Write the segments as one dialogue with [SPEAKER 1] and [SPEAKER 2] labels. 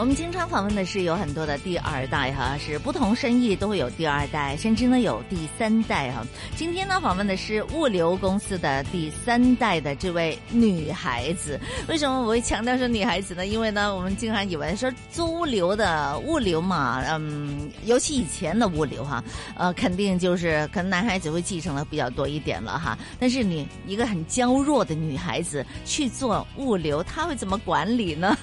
[SPEAKER 1] 我们经常访问的是有很多的第二代哈，是不同生意都会有第二代，甚至呢有第三代哈。今天呢访问的是物流公司的第三代的这位女孩子。为什么我会强调是女孩子呢？因为呢我们经常以为说做物流的物流嘛，嗯，尤其以前的物流哈，呃，肯定就是可能男孩子会继承的比较多一点了哈。但是你一个很娇弱的女孩子去做物流，她会怎么管理呢？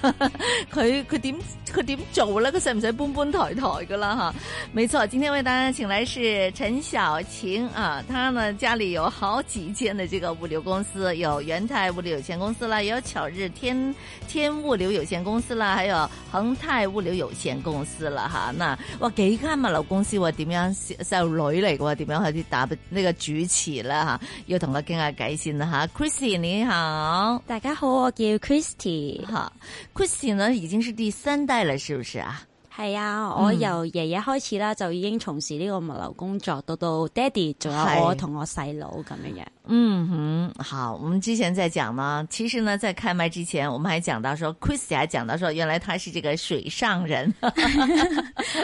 [SPEAKER 1] 佢佢点佢点做咧？佢使唔使搬搬抬抬噶啦哈？没错，今天为大家请来是陈小晴啊，她呢家里有好几间的这个物流公司，有元泰物流有限公司啦，也有巧日天天物流有限公司啦，还有恒泰物流有限公司啦哈。那哇幾間物流公司喎，點樣細路女嚟嘅喎，點樣去啲打呢個主持啦吓？要同佢傾下偈先啦吓。Christy 你好。
[SPEAKER 2] 大家好，我叫 Christy，
[SPEAKER 1] 好 c h r i s t y 呢已经是第三代了，是不是啊？
[SPEAKER 2] 系啊，我由爺爺開始啦，就已經從事呢個物流工作，到到爹哋，仲
[SPEAKER 1] 係
[SPEAKER 2] 有我同我細佬咁樣樣。
[SPEAKER 1] 嗯哼，好，我们之前在讲呢，其实呢，在开麦之前，我们还讲到说 c h r i s t y 还讲到说，原来他是这个水上人，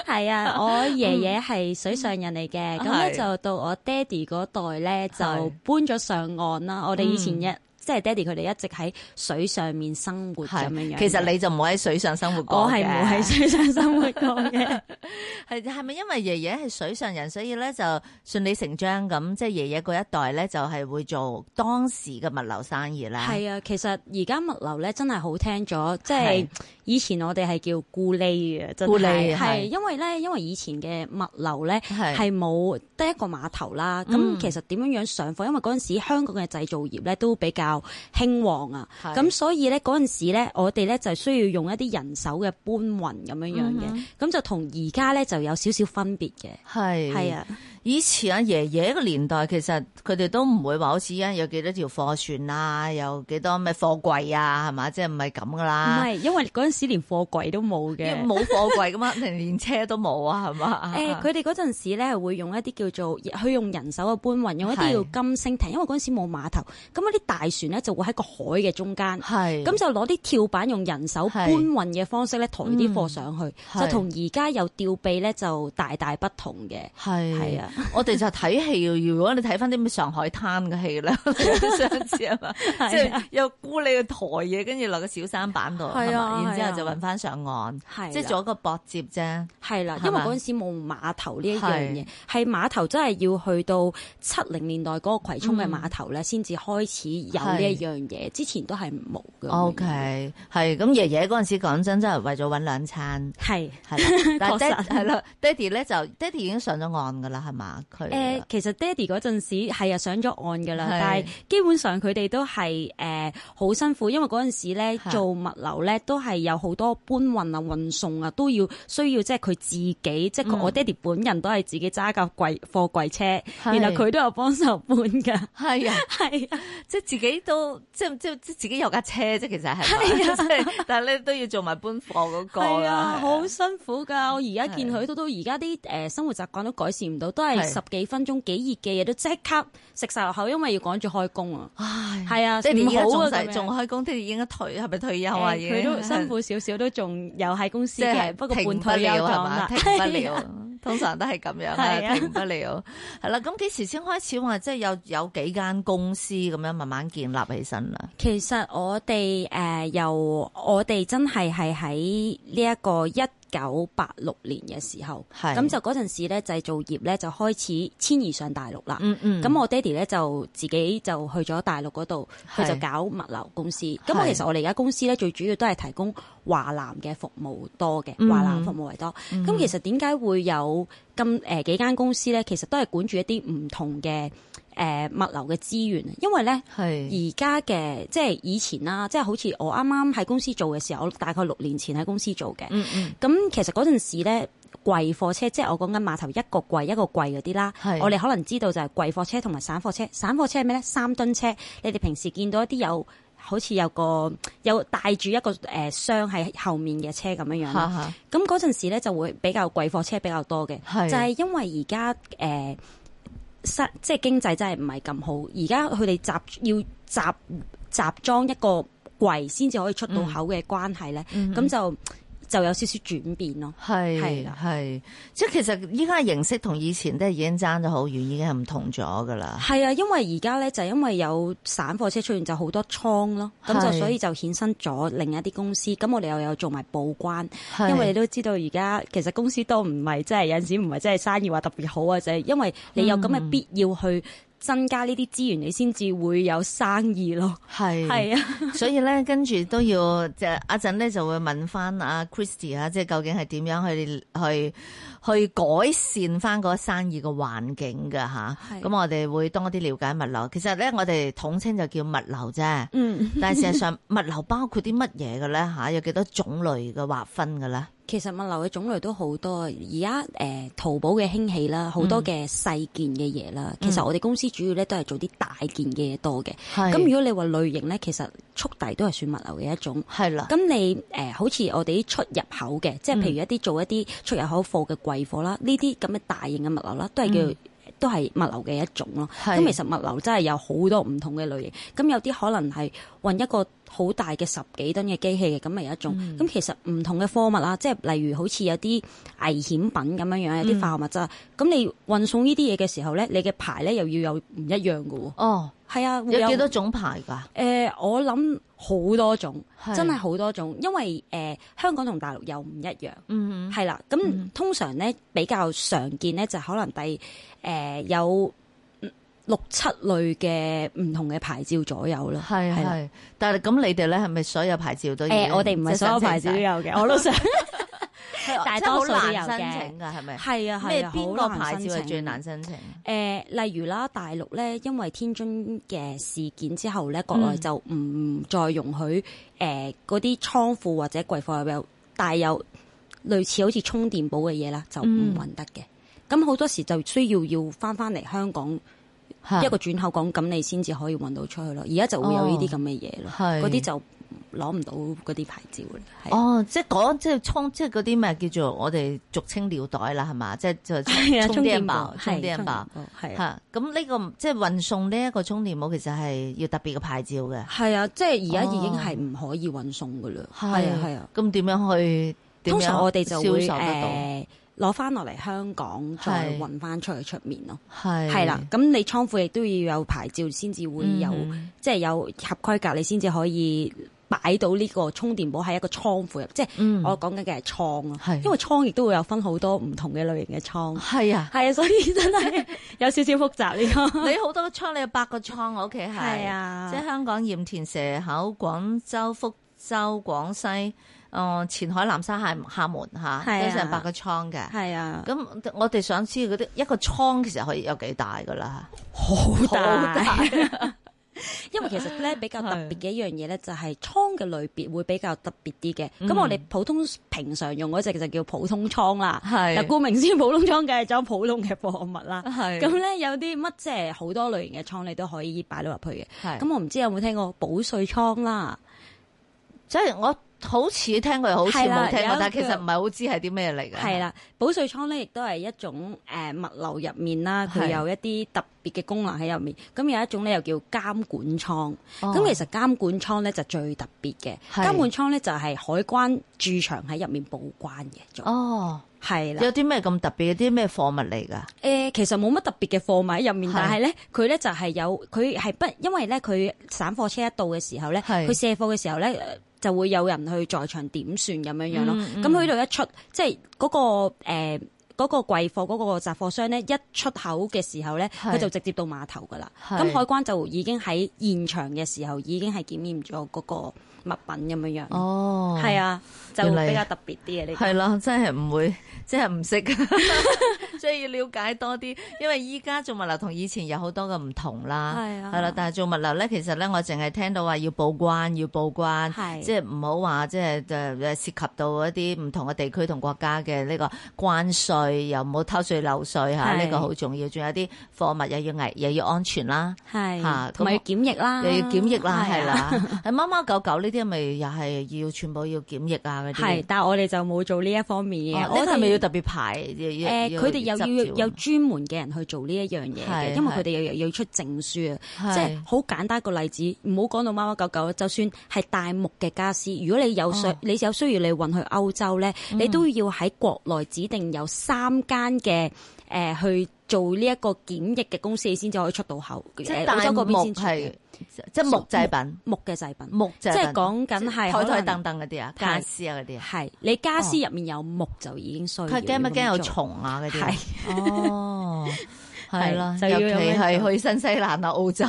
[SPEAKER 2] 係 啊，我爺爺係水上人嚟嘅，咁
[SPEAKER 1] 係
[SPEAKER 2] 咧就到我爹哋嗰代咧就
[SPEAKER 1] 係
[SPEAKER 2] 搬咗上岸啦。我哋以前一即係爹哋佢哋一直喺水上面生活咁樣
[SPEAKER 1] 系
[SPEAKER 2] 樣。
[SPEAKER 1] 其实你就冇喺水上生活过
[SPEAKER 2] 我
[SPEAKER 1] 嘅，
[SPEAKER 2] 係冇喺水上生活過嘅。
[SPEAKER 1] 系系咪因为爷爷系水上人，所以咧就顺理成章咁，即系爷爷嗰一代咧就系会做当时嘅物流生意啦。
[SPEAKER 2] 係啊，其實而家物流咧真係好聽咗，即
[SPEAKER 1] 係
[SPEAKER 2] 係以前我哋係叫咕喱嘅，真
[SPEAKER 1] 咕喱
[SPEAKER 2] 係
[SPEAKER 1] 係
[SPEAKER 2] 係因為咧，因為以前嘅物流咧
[SPEAKER 1] 係
[SPEAKER 2] 係冇得一個碼頭啦。咁、
[SPEAKER 1] 嗯
[SPEAKER 2] 其實點樣樣上貨？因為嗰陣時香港嘅製造業咧都比較興旺啊，
[SPEAKER 1] 係
[SPEAKER 2] 咁所以咧嗰陣時咧我哋咧就需要用一啲人手嘅搬運咁樣樣
[SPEAKER 1] 嗯
[SPEAKER 2] 嘅，咁、就同而家咧就有少少分別嘅。
[SPEAKER 1] 系
[SPEAKER 2] 係啊，
[SPEAKER 1] 以前阿爺爺個年代，其實佢哋都唔會話好似而家有幾多條貨船啊，有幾多咩貨櫃啊，係嘛？即係唔係咁噶
[SPEAKER 2] 唔
[SPEAKER 1] 啦，
[SPEAKER 2] 係因為嗰陣時連貨櫃都冇
[SPEAKER 1] 啊因
[SPEAKER 2] 嘅
[SPEAKER 1] 為。冇貨櫃噶 嘛，連連車啊都冇啊，係 嘛？
[SPEAKER 2] 誒，佢哋嗰陣時咧係會用一啲叫做，佢用人手去搬運，用一
[SPEAKER 1] 係
[SPEAKER 2] 啲叫金星艇，因為嗰陣時冇碼頭，咁嗰啲大船咧就會喺個海嘅中間，
[SPEAKER 1] 係
[SPEAKER 2] 咁就攞啲跳板用人手
[SPEAKER 1] 係
[SPEAKER 2] 搬運嘅方式咧抬啲貨上去，
[SPEAKER 1] 嗯係
[SPEAKER 2] 就同而家有吊臂咧就大大不同嘅。
[SPEAKER 1] 係
[SPEAKER 2] 係啊，
[SPEAKER 1] 我哋就睇戲。如果你睇翻啲咩上海灘嘅戲啦， 上次係 嘛，
[SPEAKER 2] 啊
[SPEAKER 1] 即係有孤你去抬嘢，跟住落個小舢板度，
[SPEAKER 2] 係啊
[SPEAKER 1] 係嘛然之
[SPEAKER 2] 係啊
[SPEAKER 1] 後就運翻上岸，
[SPEAKER 2] 係啦
[SPEAKER 1] 即係做一個駁接啫。
[SPEAKER 2] 係啦，
[SPEAKER 1] 係
[SPEAKER 2] 因為
[SPEAKER 1] 嘛
[SPEAKER 2] 嗰陣時冇碼頭呢一樣嘢，係碼頭真係要去到七零年代嗰個葵涌
[SPEAKER 1] 嗯
[SPEAKER 2] 嘅碼頭咧，先至開始有呢一樣嘢，之前都係冇嘅。
[SPEAKER 1] O K，係咁爺爺嗰陣時講真，真係為咗揾兩餐。
[SPEAKER 2] 係。
[SPEAKER 1] 系啦，但係爹
[SPEAKER 2] 確實
[SPEAKER 1] 係啦，爹哋咧就爹哋已經上咗岸噶啦，係嘛？佢
[SPEAKER 2] 誒、其實爹哋嗰陣時係啊上咗岸㗎啦，
[SPEAKER 1] 係
[SPEAKER 2] 但係基本上佢哋都係誒好辛苦，因為嗰陣時咧
[SPEAKER 1] 嚇
[SPEAKER 2] 做物流咧都係有好多搬運啊、運送啊，都要需要即係佢自己，即係佢
[SPEAKER 1] 嗯
[SPEAKER 2] 我爹哋本人都係自己揸架櫃貨櫃車，
[SPEAKER 1] 係
[SPEAKER 2] 然後佢都有幫手搬㗎。
[SPEAKER 1] 係啊，
[SPEAKER 2] 係啊，
[SPEAKER 1] 即係自己都即係即係即係自己有架車啫，其實 係嘛， 即係但係咧都要做埋搬貨嗰個
[SPEAKER 2] 係
[SPEAKER 1] 啦
[SPEAKER 2] 啊，
[SPEAKER 1] 係
[SPEAKER 2] 好辛苦㗎！我而家見佢到到而家啲誒生活習慣都改善唔到，都係
[SPEAKER 1] 係
[SPEAKER 2] 十幾分鐘幾熱嘅嘢都即刻食晒落口，因為要趕住開工啊。
[SPEAKER 1] 唉，
[SPEAKER 2] 係啊，
[SPEAKER 1] 爹哋而家
[SPEAKER 2] 唔
[SPEAKER 1] 仲
[SPEAKER 2] 好啊咁
[SPEAKER 1] 細
[SPEAKER 2] 樣
[SPEAKER 1] 仲開工，爹哋應該退係咪退休啊？
[SPEAKER 2] 誒
[SPEAKER 1] 已
[SPEAKER 2] 佢
[SPEAKER 1] 經
[SPEAKER 2] 都辛，苦少少，都仲有喺公司
[SPEAKER 1] 即係
[SPEAKER 2] 嘅，不過
[SPEAKER 1] 停
[SPEAKER 2] 半
[SPEAKER 1] 不
[SPEAKER 2] 退休
[SPEAKER 1] 了
[SPEAKER 2] 咗
[SPEAKER 1] 係嘛？
[SPEAKER 2] 啦。
[SPEAKER 1] 停 不了，通常都係咁樣
[SPEAKER 2] 係
[SPEAKER 1] 啦，
[SPEAKER 2] 啊
[SPEAKER 1] 停不了。係啦，咁幾時先開始話即係有有幾間公司咁樣慢慢建立起身啊啦？
[SPEAKER 2] 其實我哋誒、呃由我哋真係係喺呢一個一九八六年嘅時候，
[SPEAKER 1] 係
[SPEAKER 2] 咁就嗰陣時咧製造業咧就開始遷移上大陸啦。
[SPEAKER 1] 嗯嗯，
[SPEAKER 2] 咁、我爹哋咧就自己就去咗大陸嗰度，佢就
[SPEAKER 1] 係
[SPEAKER 2] 搞物流公司。咁我
[SPEAKER 1] 係
[SPEAKER 2] 其實我哋而家公司咧最主要都係提供華南嘅服務多嘅，
[SPEAKER 1] 嗯
[SPEAKER 2] 華南服務為多。咁、其實點解會有咁誒、呃、幾間公司咧？其實都係管住一啲唔同嘅誒、呃物流嘅資源，啊因為咧。
[SPEAKER 1] 係
[SPEAKER 2] 而家嘅即係以前啦，即係好似我啱啱喺公司做嘅時候，我大概六年前喺公司做嘅。
[SPEAKER 1] 嗯嗯。
[SPEAKER 2] 咁其實嗰陣時咧，貴貨車即係我講緊碼頭一個櫃一個櫃嗰啲啦
[SPEAKER 1] 係，
[SPEAKER 2] 我哋可能知道就係貴貨車同埋散貨車。散貨車係咩咧？三噸車，你哋平時見到一啲有好似有個有帶住一個誒箱喺後面嘅車咁樣樣啦。
[SPEAKER 1] 哈
[SPEAKER 2] 咁嗰陣時咧就會比較貴貨車比較多嘅，
[SPEAKER 1] 係
[SPEAKER 2] 就係因為而家誒失即係經濟真係唔係咁好，而家佢哋集要集集裝一個櫃先至可以出到
[SPEAKER 1] 嗯
[SPEAKER 2] 口嘅關係咧，咁、就就有少少轉變咯。
[SPEAKER 1] 係
[SPEAKER 2] 係
[SPEAKER 1] 係
[SPEAKER 2] 啦
[SPEAKER 1] 係，即係其實依家形式同以前都係已經爭咗好遠，已經係唔同咗噶啦。
[SPEAKER 2] 係啊，因為而家咧就因為有散貨車出現，就好多倉咯，咁
[SPEAKER 1] 係
[SPEAKER 2] 就所以就衍生咗另一啲公司。咁我哋又有做埋報關，
[SPEAKER 1] 係
[SPEAKER 2] 因為你都知道而家其實公司都唔係真係有陣時唔係真係生意話特別好啊，就係因為你有咁嘅必要去增加呢啲資源，你先至會有生意咯。
[SPEAKER 1] 係
[SPEAKER 2] 係啊，
[SPEAKER 1] 所以咧，跟住都要即係阿陣咧就會問翻阿 Christy 啊，即係究竟係點樣去去去改善翻個生意個環境嘅吓。
[SPEAKER 2] 係
[SPEAKER 1] 咁我哋會多啲了解物流。其實咧，我哋統稱就叫物流啫。
[SPEAKER 2] 嗯。
[SPEAKER 1] 但係事實上，物流包括啲乜嘢嘅咧吓？有幾多種類嘅劃分嘅咧？
[SPEAKER 2] 其實物流嘅種類都好多，而家誒淘寶嘅興起啦，好多嘅細件嘅嘢啦。其實我哋公司主要咧都係做啲大件嘅嘢多嘅。
[SPEAKER 1] 係
[SPEAKER 2] 咁如果你話類型咧，其實速遞都係算物流嘅一種。
[SPEAKER 1] 係啦，
[SPEAKER 2] 咁你誒、呃好似我哋啲出入口嘅，
[SPEAKER 1] 嗯
[SPEAKER 2] 即係譬如一啲做一啲出入口貨嘅貴貨啦，呢啲咁嘅大型嘅物流啦，都係叫、都係物流嘅一種咯。
[SPEAKER 1] 嗯係
[SPEAKER 2] 咁其實物流真係有好多唔同嘅類型，咁有啲可能係運一個好大嘅十幾噸嘅機器嘅，咁咪有一種。
[SPEAKER 1] 嗯
[SPEAKER 2] 咁、其實唔同嘅貨物啊啦，即係例如好似有啲危險品咁樣樣，
[SPEAKER 1] 嗯
[SPEAKER 2] 有啲化學物質，咁、你運送呢啲嘢嘅時候咧，你嘅牌咧又要有唔一樣嘅喎。
[SPEAKER 1] 哦，
[SPEAKER 2] 係啊，會
[SPEAKER 1] 有幾多種牌㗎？
[SPEAKER 2] 誒、我諗好多種，
[SPEAKER 1] 係
[SPEAKER 2] 真係好多種，因為誒、呃香港同大陸又唔一樣，
[SPEAKER 1] 嗯
[SPEAKER 2] 係啦。咁、通常咧比較常見咧就可能第誒、呃有嗯六七類嘅唔同嘅牌照左右啦。
[SPEAKER 1] 係
[SPEAKER 2] 啦
[SPEAKER 1] 係，但係咁你哋咧係咪所有牌照都已經？
[SPEAKER 2] 誒、呃我哋唔係所有牌照都有嘅，我都想。
[SPEAKER 1] 係，
[SPEAKER 2] 大
[SPEAKER 1] 真係
[SPEAKER 2] 多數
[SPEAKER 1] 好
[SPEAKER 2] 都有
[SPEAKER 1] 難
[SPEAKER 2] 嘅
[SPEAKER 1] 申請㗎係咪？
[SPEAKER 2] 係啊，係
[SPEAKER 1] 咩
[SPEAKER 2] 啊，
[SPEAKER 1] 邊個
[SPEAKER 2] 好
[SPEAKER 1] 牌照係
[SPEAKER 2] 申
[SPEAKER 1] 最
[SPEAKER 2] 請
[SPEAKER 1] 難申請？
[SPEAKER 2] 誒、呃例如啦，大陸咧，因為天津嘅事件之後咧，國內就唔再容許誒嗰啲倉庫或者櫃貨有帶有類似好似充電寶嘅嘢啦，就唔運得嘅。咁好、多時就需要要翻翻嚟香港一個轉口港，咁你先至可以運到出去咯。而家就會有呢啲咁嘅嘢咯，
[SPEAKER 1] 係
[SPEAKER 2] 嗰啲、就攞唔到嗰啲牌照啦。係
[SPEAKER 1] 哦，即係嗰即係充即係嗰啲咩叫做我哋俗稱尿袋啦，係嘛？即係就
[SPEAKER 2] 係啊，
[SPEAKER 1] 充電寶、充
[SPEAKER 2] 充
[SPEAKER 1] 電
[SPEAKER 2] 電
[SPEAKER 1] 寶
[SPEAKER 2] 寶。係啊。
[SPEAKER 1] 嚇，咁呢個即係運送呢一個充電寶，其實係要特別嘅牌照嘅。
[SPEAKER 2] 係啊，即係而家已經係唔可以運送噶啦，係啊係啊。。
[SPEAKER 1] 咁點樣去？點樣
[SPEAKER 2] 通常我哋就
[SPEAKER 1] 銷
[SPEAKER 2] 會
[SPEAKER 1] 售得到
[SPEAKER 2] 誒攞翻落嚟香港，再
[SPEAKER 1] 係
[SPEAKER 2] 運翻出去出面咯。
[SPEAKER 1] 係
[SPEAKER 2] 係啦，，咁你倉庫亦都要有牌照先至會有，
[SPEAKER 1] 嗯
[SPEAKER 2] 即係有合規格，你先至可以擺到呢個充電寶喺一個倉庫入。即係
[SPEAKER 1] 嗯
[SPEAKER 2] 我講緊嘅係倉咯，
[SPEAKER 1] 係
[SPEAKER 2] 因為倉亦都會有分好多唔同嘅類型嘅倉。
[SPEAKER 1] 係啊。
[SPEAKER 2] 係啊，所以真係有少少複雜呢個。
[SPEAKER 1] 你好多個倉，你有八個倉，我屋企 係。
[SPEAKER 2] 係啊
[SPEAKER 1] 即係香港鹽田蛇口、廣州、福州、廣西、誒、前海、南沙、廈廈門嚇，
[SPEAKER 2] 係啊
[SPEAKER 1] 都成八個倉嘅。
[SPEAKER 2] 係啊，
[SPEAKER 1] 咁我哋想知嗰啲一個倉其實可以有幾大噶啦？
[SPEAKER 2] 好
[SPEAKER 1] 好大
[SPEAKER 2] 因為其實 咧比較特別嘅一樣嘢咧，就係倉嘅類別會比較特別啲嘅。咁、
[SPEAKER 1] 嗯
[SPEAKER 2] 我哋普通平常用嗰只就叫普通倉啦。
[SPEAKER 1] 係
[SPEAKER 2] 嗱，顧名思義，普通倉梗係裝普通嘅貨物啦。
[SPEAKER 1] 係
[SPEAKER 2] 咁咧有啲乜即係好多類型嘅倉，你都可以擺到入去
[SPEAKER 1] 係
[SPEAKER 2] 嘅。咁我唔知有冇聽過保税倉啦。
[SPEAKER 1] 即係我好似聽過，又好似
[SPEAKER 2] 係啦
[SPEAKER 1] 冇聽過
[SPEAKER 2] 有，
[SPEAKER 1] 但係其
[SPEAKER 2] 一個
[SPEAKER 1] 實唔係好知係啲咩嚟嘅。
[SPEAKER 2] 係啦，保税倉咧亦都係一種誒、呃物流入面啦，佢
[SPEAKER 1] 係
[SPEAKER 2] 有一啲特別嘅功能喺入面。咁有一種咧又叫監管倉，咁、
[SPEAKER 1] 哦
[SPEAKER 2] 其實監管倉咧就最特別嘅。
[SPEAKER 1] 係
[SPEAKER 2] 監管倉咧就係海關駐場喺入面報關嘅做，
[SPEAKER 1] 哦，
[SPEAKER 2] 係啦。
[SPEAKER 1] 有啲咩咁特別？有啲咩貨物嚟㗎？
[SPEAKER 2] 誒、呃其實冇乜特別嘅貨物喺入面
[SPEAKER 1] 係，
[SPEAKER 2] 但係咧佢咧就係有佢係不，因為咧佢散貨車一到嘅時候咧，
[SPEAKER 1] 係
[SPEAKER 2] 佢卸貨嘅時候咧。呃就會有人去在場點算咁樣樣咯
[SPEAKER 1] 嗯，嗯
[SPEAKER 2] 咁佢呢度一出，即係嗰、個誒呃嗰、個櫃貨嗰、個雜貨商咧，一出口嘅時候咧，
[SPEAKER 1] 係
[SPEAKER 2] 佢就直接到碼頭噶啦。
[SPEAKER 1] 係
[SPEAKER 2] 咁海關就已經喺現場嘅時候已經係檢驗咗嗰個物品咁樣樣。
[SPEAKER 1] 哦，
[SPEAKER 2] 嗯係啊，就
[SPEAKER 1] 原來
[SPEAKER 2] 比較特別啲嘅啊呢個。
[SPEAKER 1] 係咯，真係唔會， 即係唔識，所以要了解多啲。因為依家做物流同以前有好多嘅唔同啦，
[SPEAKER 2] 係啊
[SPEAKER 1] 係啦。但係做物流咧，其實咧，我淨係聽到話要報關，要報關，
[SPEAKER 2] 係
[SPEAKER 1] 即係唔好話即係誒涉及到一啲唔同嘅地區同國家嘅呢個關税，又唔好偷税漏税嚇，
[SPEAKER 2] 係
[SPEAKER 1] 呢個好重要。仲有啲貨物又要危，又要安全啦，嚇
[SPEAKER 2] 係，
[SPEAKER 1] 咁
[SPEAKER 2] 同埋要檢疫啦，
[SPEAKER 1] 又要檢疫啦，係
[SPEAKER 2] 啊。
[SPEAKER 1] 啦。誒貓貓狗狗呢啲咪又係要全部要檢疫啊嗰啲。
[SPEAKER 2] 係，但係我哋就冇做呢一方面嘅嘢。
[SPEAKER 1] 我
[SPEAKER 2] 我
[SPEAKER 1] 哦係
[SPEAKER 2] 哋
[SPEAKER 1] 咪要特別排？誒
[SPEAKER 2] 誒，佢哋又要有
[SPEAKER 1] 即
[SPEAKER 2] 專門嘅人去做呢一樣嘢
[SPEAKER 1] 係
[SPEAKER 2] 嘅，因為
[SPEAKER 1] 係
[SPEAKER 2] 佢哋又又要出證書啊。即係
[SPEAKER 1] 係
[SPEAKER 2] 好簡單一個例子，唔好講到貓貓狗狗，就算係大木嘅家私，如果你有需、
[SPEAKER 1] 哦嗯
[SPEAKER 2] 你有需要你運去歐洲咧，你都要喺國內指定有三間嘅誒去做呢一個檢疫嘅公司，你先至可以出到口。
[SPEAKER 1] 即
[SPEAKER 2] 誒
[SPEAKER 1] 係
[SPEAKER 2] 歐洲
[SPEAKER 1] 大
[SPEAKER 2] 嗰
[SPEAKER 1] 木
[SPEAKER 2] 邊先出嘅
[SPEAKER 1] 係即係木製品，
[SPEAKER 2] 木嘅製品，
[SPEAKER 1] 木
[SPEAKER 2] 即
[SPEAKER 1] 製
[SPEAKER 2] 係
[SPEAKER 1] 品
[SPEAKER 2] 講緊係
[SPEAKER 1] 台
[SPEAKER 2] 可
[SPEAKER 1] 台
[SPEAKER 2] 能
[SPEAKER 1] 凳凳嗰啲啊，家
[SPEAKER 2] 係
[SPEAKER 1] 私啊嗰啲啊，
[SPEAKER 2] 係你家私入面有木就已經需要
[SPEAKER 1] 佢驚咪
[SPEAKER 2] 咁
[SPEAKER 1] 驚有
[SPEAKER 2] 做
[SPEAKER 1] 蟲啊嗰啲啊
[SPEAKER 2] 係。
[SPEAKER 1] 哦，係啦，
[SPEAKER 2] 就
[SPEAKER 1] 尤
[SPEAKER 2] 要
[SPEAKER 1] 其
[SPEAKER 2] 咁樣
[SPEAKER 1] 係
[SPEAKER 2] 做
[SPEAKER 1] 去新西蘭啊、澳洲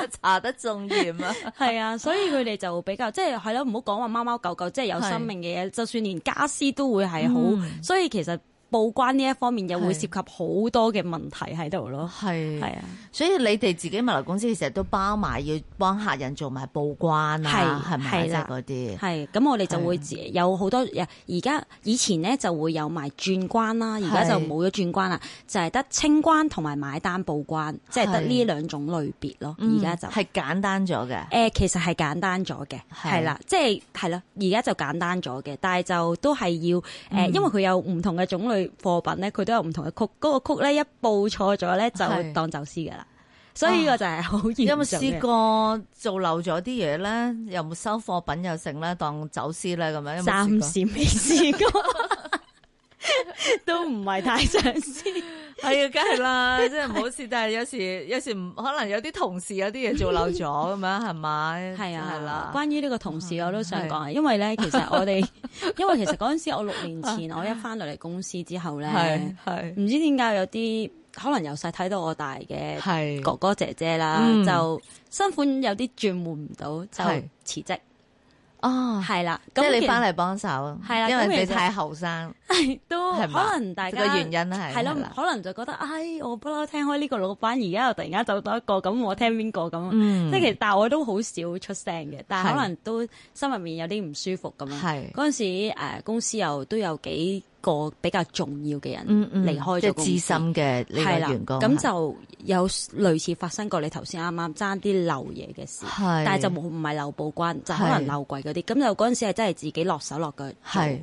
[SPEAKER 1] 啊查得仲嚴啊。
[SPEAKER 2] 係啊，所以佢哋就比較即係係咯，唔好講話貓貓狗狗，即係有
[SPEAKER 1] 係
[SPEAKER 2] 生命嘅嘢，就算連家私都會係好，
[SPEAKER 1] 嗯
[SPEAKER 2] 所以其實報關呢一方面又
[SPEAKER 1] 係
[SPEAKER 2] 會涉及好多嘅問題喺度咯。係
[SPEAKER 1] 係，
[SPEAKER 2] 啊，
[SPEAKER 1] 所以你哋自己物流公司其實都包埋要幫客人做埋報關啊，
[SPEAKER 2] 係
[SPEAKER 1] 係咪啊
[SPEAKER 2] 係
[SPEAKER 1] 即係
[SPEAKER 2] 啦嗯
[SPEAKER 1] 嗰啲？
[SPEAKER 2] 係咁，我哋就會
[SPEAKER 1] 係
[SPEAKER 2] 自有好多而家以前咧就會有埋轉關啦，而家就
[SPEAKER 1] 係
[SPEAKER 2] 冇咗轉關啦，就係得清關同埋買單報關，即係得
[SPEAKER 1] 係
[SPEAKER 2] 呢兩種類別咯。
[SPEAKER 1] 嗯
[SPEAKER 2] 而家就
[SPEAKER 1] 係簡單咗嘅。
[SPEAKER 2] 誒、呃其實係簡單咗嘅，
[SPEAKER 1] 係
[SPEAKER 2] 係啦，即係係啦，而家就簡單咗嘅，但係就都係要誒，呃
[SPEAKER 1] 嗯
[SPEAKER 2] 因為佢有唔同嘅種類貨品咧，佢都有唔同嘅曲，嗰、個曲咧一報錯咗咧
[SPEAKER 1] 係
[SPEAKER 2] 就當走私噶啦，所以呢個就係好嚴重嘅。
[SPEAKER 1] 有冇試過做漏咗啲嘢咧？有冇收貨品又剩咧，當走私咧咁樣？有冇
[SPEAKER 2] 暫
[SPEAKER 1] 試過
[SPEAKER 2] 時未試過，都唔係太想 試。
[SPEAKER 1] 係啊，梗係啦， 即係唔好試。但係有時有時唔可能有啲同事有啲嘢做漏咗咁樣，係咪？
[SPEAKER 2] 係
[SPEAKER 1] 係
[SPEAKER 2] 啊
[SPEAKER 1] 啦，，
[SPEAKER 2] 關於呢個同事我都想
[SPEAKER 1] 係
[SPEAKER 2] 講，因為咧其實我 哋，因為其實嗰陣時我六年前我一翻到嚟公司之後咧。
[SPEAKER 1] 係係
[SPEAKER 2] 唔知點解有啲可能由細睇到我大嘅
[SPEAKER 1] 係
[SPEAKER 2] 哥哥姐姐啦，
[SPEAKER 1] 嗯
[SPEAKER 2] 就新款有啲轉換唔到，就
[SPEAKER 1] 係
[SPEAKER 2] 辭職
[SPEAKER 1] 哦，
[SPEAKER 2] 係啦。
[SPEAKER 1] 即係你翻
[SPEAKER 2] 嚟
[SPEAKER 1] 嚟幫手，
[SPEAKER 2] 係啦
[SPEAKER 1] 因
[SPEAKER 2] 咁
[SPEAKER 1] 為你
[SPEAKER 2] 其實
[SPEAKER 1] 太後生，
[SPEAKER 2] 都
[SPEAKER 1] 係嘛
[SPEAKER 2] 可能大
[SPEAKER 1] 個
[SPEAKER 2] 家
[SPEAKER 1] 原因係
[SPEAKER 2] 係咯，啊可能就覺得唉，我不嬲聽開呢個老闆，而家又突然間走多一個，咁我聽邊個咁？
[SPEAKER 1] 嗯
[SPEAKER 2] 即係其實，但係我都好少出聲嘅，但係
[SPEAKER 1] 係
[SPEAKER 2] 可能都心入面有啲唔舒服咁樣。
[SPEAKER 1] 係
[SPEAKER 2] 嗰陣時，誒公司又都有幾個比較重要嘅人
[SPEAKER 1] 嗯嗯
[SPEAKER 2] 離開
[SPEAKER 1] 即
[SPEAKER 2] 咗
[SPEAKER 1] 係
[SPEAKER 2] 公
[SPEAKER 1] 資
[SPEAKER 2] 司。
[SPEAKER 1] 深嘅呢
[SPEAKER 2] 係啦，
[SPEAKER 1] 個員工，啊
[SPEAKER 2] 咁就有類似發生過你頭先啱啱爭啲漏嘢嘅事，
[SPEAKER 1] 係，
[SPEAKER 2] 但係就冇唔係漏報關，就
[SPEAKER 1] 係
[SPEAKER 2] 可能漏櫃嗰啲。咁就嗰陣時係真係自己落手落腳做。
[SPEAKER 1] 係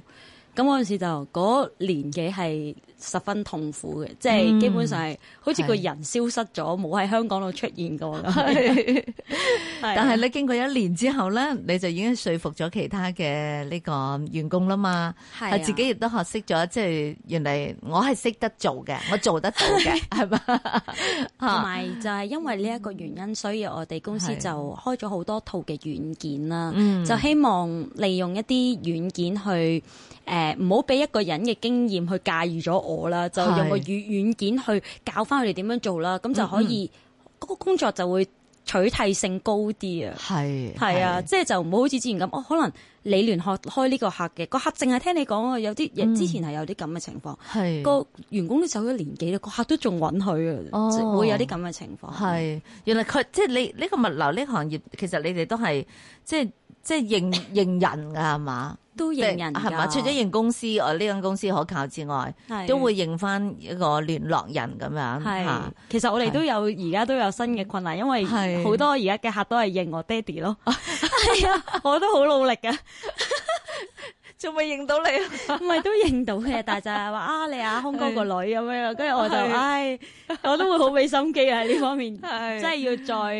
[SPEAKER 2] 咁嗰陣時就嗰年紀係十分痛苦嘅，即
[SPEAKER 1] 嗯
[SPEAKER 2] 係基本上係好似個
[SPEAKER 1] 係
[SPEAKER 2] 人消失咗，冇喺香港度出現過咁。 啊
[SPEAKER 1] 但
[SPEAKER 2] 但
[SPEAKER 1] 係你經過一年之後咧，你就已經說服咗其他嘅呢個員工啦嘛，
[SPEAKER 2] 係啊
[SPEAKER 1] 自己亦都學識咗，即係原嚟我係識得做 嘅，我做得到嘅，係嘛？
[SPEAKER 2] 同
[SPEAKER 1] 啊
[SPEAKER 2] 埋就係因為呢一個原因，所以我哋公司
[SPEAKER 1] 係
[SPEAKER 2] 就開咗好多套嘅軟件啦，
[SPEAKER 1] 嗯
[SPEAKER 2] 就希望利用一啲軟件去誒，唔好俾一個人嘅經驗去駕馭咗我啦，就
[SPEAKER 1] 係
[SPEAKER 2] 用個軟軟件去教翻佢哋點樣做啦，咁就可以
[SPEAKER 1] 嗯
[SPEAKER 2] 嗰個工作就會取替性高啲啊。
[SPEAKER 1] 係
[SPEAKER 2] 係啊，，即係就唔好好似之前咁，哦，可能你聯學開呢個客嘅，個客淨係聽你講啊，有啲
[SPEAKER 1] 嗯
[SPEAKER 2] 之前係有啲咁嘅情況，
[SPEAKER 1] 係
[SPEAKER 2] 個員工都走咗年紀啦，個客都仲揾佢
[SPEAKER 1] 哦
[SPEAKER 2] 啊，即係會有啲咁嘅情況。
[SPEAKER 1] 係原來佢即係你呢個物流呢行業，其實你哋都係即係即係 認認人㗎係嘛？
[SPEAKER 2] 都認人㗎
[SPEAKER 1] 係嘛？除咗認公司，我呢間公司可靠之外，
[SPEAKER 2] 係
[SPEAKER 1] 都會認翻一個聯絡人咁樣
[SPEAKER 2] 係
[SPEAKER 1] 嚇。，
[SPEAKER 2] 其實我哋都有而家都有新嘅困難，因為
[SPEAKER 1] 係
[SPEAKER 2] 好多而家嘅客都係認我爹哋 咯。係啊，我都好努力嘅，
[SPEAKER 1] 仲未認到你啊？
[SPEAKER 2] 唔係都認到嘅，但係就 係話啊，你阿空哥個女咁樣，跟住我就
[SPEAKER 1] 係
[SPEAKER 2] 唉，我都會好俾心機啊喺呢方面，即
[SPEAKER 1] 係
[SPEAKER 2] 係要再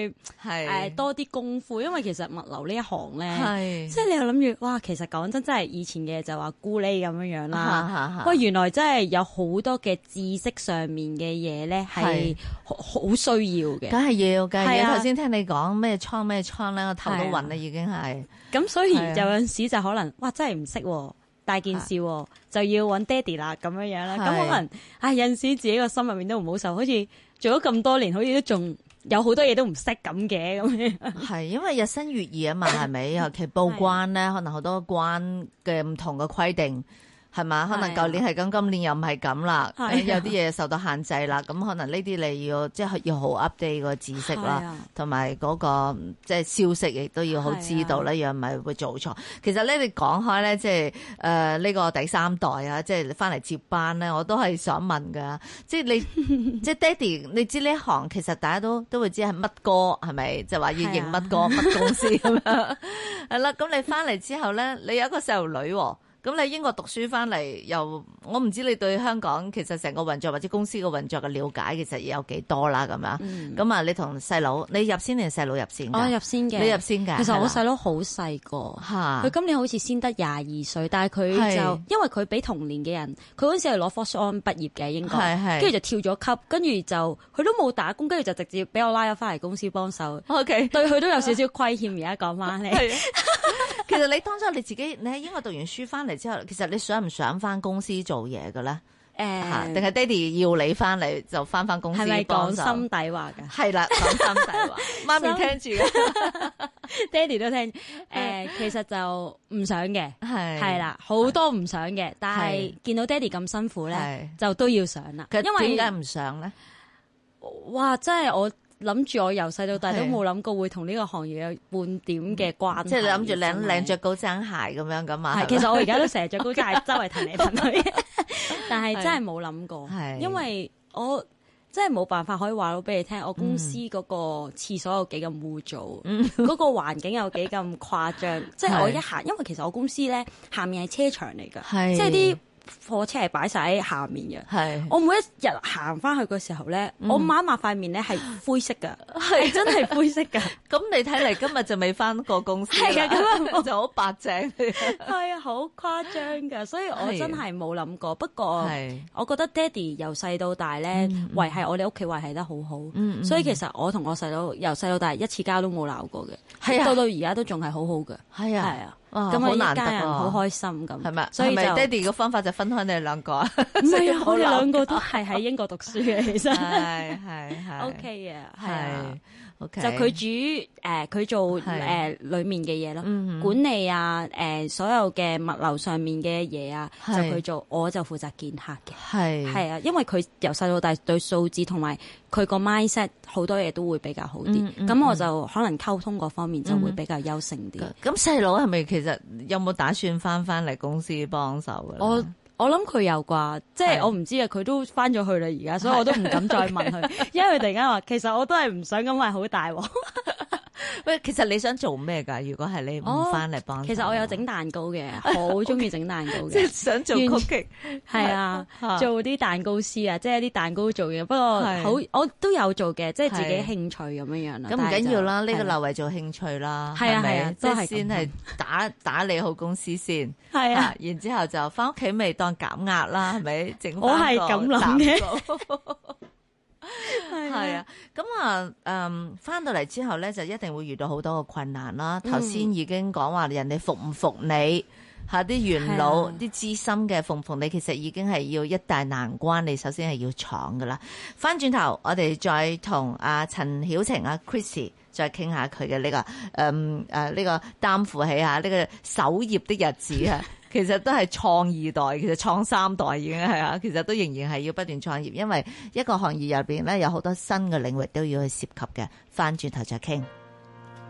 [SPEAKER 1] 係
[SPEAKER 2] 誒多啲功夫，因為其實物流呢一行咧，
[SPEAKER 1] 係
[SPEAKER 2] 即係你又諗住哇，其實講真，真係以前嘅就話咕喱咁樣樣
[SPEAKER 1] 啊
[SPEAKER 2] 啦。
[SPEAKER 1] 啦
[SPEAKER 2] 喂，原來真係有好多嘅知識上面嘅嘢咧，係
[SPEAKER 1] 係
[SPEAKER 2] 好好需要嘅。
[SPEAKER 1] 梗係要，梗係
[SPEAKER 2] 係
[SPEAKER 1] 要。
[SPEAKER 2] 啊
[SPEAKER 1] 頭先聽你講咩倉咩倉咧，我頭都
[SPEAKER 2] 係啊
[SPEAKER 1] 暈啦，已經係。
[SPEAKER 2] 咁所以有
[SPEAKER 1] 係啊
[SPEAKER 2] 陣時就可能，哇，真係唔識喎，大件事喎，就要揾爹哋啦咁樣樣啦。
[SPEAKER 1] 係
[SPEAKER 2] 咁可能，唉，有陣時自己個心入面都唔好受，好似做咗咁多年，好似都仲有好多嘢都唔識咁嘅咁樣。
[SPEAKER 1] 係因為日新月異啊 嘛，係
[SPEAKER 2] 嗯
[SPEAKER 1] 咪？尤其報關咧，可能好多關嘅唔同嘅規定。係嘛？可能舊年係咁，今年又唔係咁啦。
[SPEAKER 2] 啊係啊
[SPEAKER 1] 有啲嘢受到限制啦，咁可能呢啲你要即係要好 update 個知識
[SPEAKER 2] 係
[SPEAKER 1] 啦
[SPEAKER 2] 啊，
[SPEAKER 1] 同埋嗰個即係啊消息亦都要好知道啦，又唔係會做錯。其實咧，你講開咧，即係誒呢個第三代啊，即係翻嚟接班咧，我都係想問㗎。即係你 即係爹哋，你知呢一行其實大家都都會知係乜歌係咪？即係啊話要認乜歌乜公司咁樣。係啦，咁你翻嚟之後咧，你有一個細路女喎。咁你英國讀書翻嚟，又我唔知你對香港其實成個運作或者公司嘅運作嘅了解，其實有幾多啦咁樣。咁啊，你同細佬，你入先定細佬入先㗎？
[SPEAKER 2] 嗯
[SPEAKER 1] 啊
[SPEAKER 2] 哦我入先嘅，
[SPEAKER 1] 你入先㗎。
[SPEAKER 2] 其實我
[SPEAKER 1] 係啦
[SPEAKER 2] 細佬好細個，
[SPEAKER 1] 嚇
[SPEAKER 2] 佢今年好似先得廿二歲，但係佢
[SPEAKER 1] 係
[SPEAKER 2] 就因為佢比同年嘅人，佢嗰陣時係攞 Force On 畢業嘅英國
[SPEAKER 1] 係係，
[SPEAKER 2] 跟住就跳咗級，跟住就佢都冇打工，跟住就直接俾我拉咗翻嚟公司幫手，
[SPEAKER 1] OK。
[SPEAKER 2] 對佢都有少少虧欠。而家講翻你，
[SPEAKER 1] 係啊 其實你當初你自己，你喺英國讀完書翻嚟之後，其實你想唔想翻公司做嘢嘅咧？嚇定
[SPEAKER 2] 誒，
[SPEAKER 1] 係爹哋要你翻嚟就翻翻公司
[SPEAKER 2] 係咪
[SPEAKER 1] 幫
[SPEAKER 2] 講
[SPEAKER 1] 手？
[SPEAKER 2] 心底話 㗎？
[SPEAKER 1] 係啦，講心底 話，媽咪聽住嘅。
[SPEAKER 2] 爹哋都聽。誒，其實就唔想嘅，
[SPEAKER 1] 係
[SPEAKER 2] 係，啦，好多唔想嘅，但係見到爹哋咁辛苦咧
[SPEAKER 1] 係，
[SPEAKER 2] 就都要上啦。
[SPEAKER 1] 其
[SPEAKER 2] 因
[SPEAKER 1] 實
[SPEAKER 2] 為
[SPEAKER 1] 點解唔上咧？
[SPEAKER 2] 哇！真係我諗住我由細到大都
[SPEAKER 1] 係嗯
[SPEAKER 2] 冇諗過會同呢個行業有半點嘅關係。
[SPEAKER 1] 啊即係你諗住靚靚着
[SPEAKER 2] 真係。
[SPEAKER 1] 高踭鞋咁樣噶啊嘛？
[SPEAKER 2] 係，其實我而家都成日着高踭鞋周圍騰嚟騰去，但係真係冇諗過
[SPEAKER 1] 係，
[SPEAKER 2] 因為我真係冇辦法可以話到俾你聽，我公司嗰個廁所有幾咁污糟，嗰個環境有幾咁誇張。即係我一行，因為其實我公司咧下面係車場嚟
[SPEAKER 1] 係
[SPEAKER 2] 㗎，即係啲貨車係擺晒喺下面嘅。
[SPEAKER 1] 係
[SPEAKER 2] 我每一日行翻去嘅時候咧，我抹一抹塊面咧係灰色噶，係真係灰色噶，
[SPEAKER 1] 咁你睇嚟今日就未翻過公司啦，
[SPEAKER 2] 係啊咁
[SPEAKER 1] 就好白 淨。
[SPEAKER 2] 係啊，好誇張噶，所以我
[SPEAKER 1] 係
[SPEAKER 2] 真係冇諗過。不過
[SPEAKER 1] 係
[SPEAKER 2] 我覺得爹哋由細到大咧
[SPEAKER 1] 嗯
[SPEAKER 2] 維係我哋屋企維係得好好，所以其實我同我細佬由細到大一次交都冇鬧過
[SPEAKER 1] 係
[SPEAKER 2] 嘅，
[SPEAKER 1] 啊
[SPEAKER 2] 到到而家都仲係好好嘅，
[SPEAKER 1] 係
[SPEAKER 2] 係
[SPEAKER 1] 啊，
[SPEAKER 2] 啊，
[SPEAKER 1] 哇
[SPEAKER 2] 咁
[SPEAKER 1] 好
[SPEAKER 2] 我
[SPEAKER 1] 難
[SPEAKER 2] 一
[SPEAKER 1] 得
[SPEAKER 2] 家人
[SPEAKER 1] 啊
[SPEAKER 2] 好開心咁，
[SPEAKER 1] 係咪？
[SPEAKER 2] 所以
[SPEAKER 1] 係咪
[SPEAKER 2] 就
[SPEAKER 1] 爹哋嘅方法就分開你哋兩個啊？
[SPEAKER 2] 唔係啊，
[SPEAKER 1] 好
[SPEAKER 2] 我哋
[SPEAKER 1] 鬧
[SPEAKER 2] 兩個都係喺英國讀書嘅，其實
[SPEAKER 1] 係係 係
[SPEAKER 2] OK 嘅，係啊
[SPEAKER 1] 係。OK，
[SPEAKER 2] 就佢煮誒，佢、做誒、
[SPEAKER 1] 係
[SPEAKER 2] 呃、裡面嘅嘢咯，
[SPEAKER 1] 嗯哼
[SPEAKER 2] 管理啊誒、呃所有嘅物流上面嘅嘢啊，就
[SPEAKER 1] 係
[SPEAKER 2] 佢做，我就負責見客嘅。
[SPEAKER 1] 係
[SPEAKER 2] 係啊，因為佢由細到大對數字同埋佢個 mindset 好多嘢都會比較好啲，
[SPEAKER 1] 嗯
[SPEAKER 2] 咁、
[SPEAKER 1] 嗯
[SPEAKER 2] 我就可能溝通嗰方面就會比較優勝啲。
[SPEAKER 1] 咁細佬係咪其實有冇打算翻翻嚟公司幫手嘅咧？
[SPEAKER 2] 我我諗佢有啩，即係
[SPEAKER 1] 係
[SPEAKER 2] 我唔知啊，佢都翻咗去啦而家， 所以我都唔敢再問佢，因為佢突然間話其實我都係唔想咁，係好大鑊。
[SPEAKER 1] 喂，其實你想做咩㗎？如果係你唔翻嚟幫手，
[SPEAKER 2] 哦其實我有整蛋糕嘅，好中意整蛋 糕
[SPEAKER 1] 即係
[SPEAKER 2] 嘅。
[SPEAKER 1] 想做
[SPEAKER 2] 完
[SPEAKER 1] cooking，
[SPEAKER 2] 係啊
[SPEAKER 1] 嚇，
[SPEAKER 2] 做啲蛋糕師啊，即係啲蛋糕做嘅。不過
[SPEAKER 1] 係
[SPEAKER 2] 好，我都有做嘅，即係自己
[SPEAKER 1] 係
[SPEAKER 2] 興趣咁樣樣啦。
[SPEAKER 1] 咁唔
[SPEAKER 2] 但係就
[SPEAKER 1] 緊要啦，呢個
[SPEAKER 2] 係啦
[SPEAKER 1] 留為做興趣啦，
[SPEAKER 2] 係啊
[SPEAKER 1] 係咪
[SPEAKER 2] 係啊
[SPEAKER 1] 即
[SPEAKER 2] 都
[SPEAKER 1] 係
[SPEAKER 2] 係咁
[SPEAKER 1] 先係打打理好公司 先，
[SPEAKER 2] 係啊
[SPEAKER 1] 啊，然之後就翻屋企咪當減壓啦，係咪？整
[SPEAKER 2] 我係咁諗嘅
[SPEAKER 1] 嘅，係啊，咁啊，嗯，翻到嚟之後咧，就一定會遇到好多嘅困難啦。頭
[SPEAKER 2] 嗯
[SPEAKER 1] 先已經講話人哋服唔服你。嚇啲元老、
[SPEAKER 2] 係啊
[SPEAKER 1] 啲資深嘅服唔服你，其實已經係要一大難關，你首先係要闖噶啦。翻轉頭，我哋再同阿陳曉晴、阿 Chrissy 再傾下佢嘅呢個誒誒呢個擔負起啊下呢個守業的日子 啊。其實都係創二代，其實創三代已經係啊，其實都仍然係要不斷創業，因為一個行業入邊咧有好多新嘅領域都要去涉及嘅。翻轉頭再傾。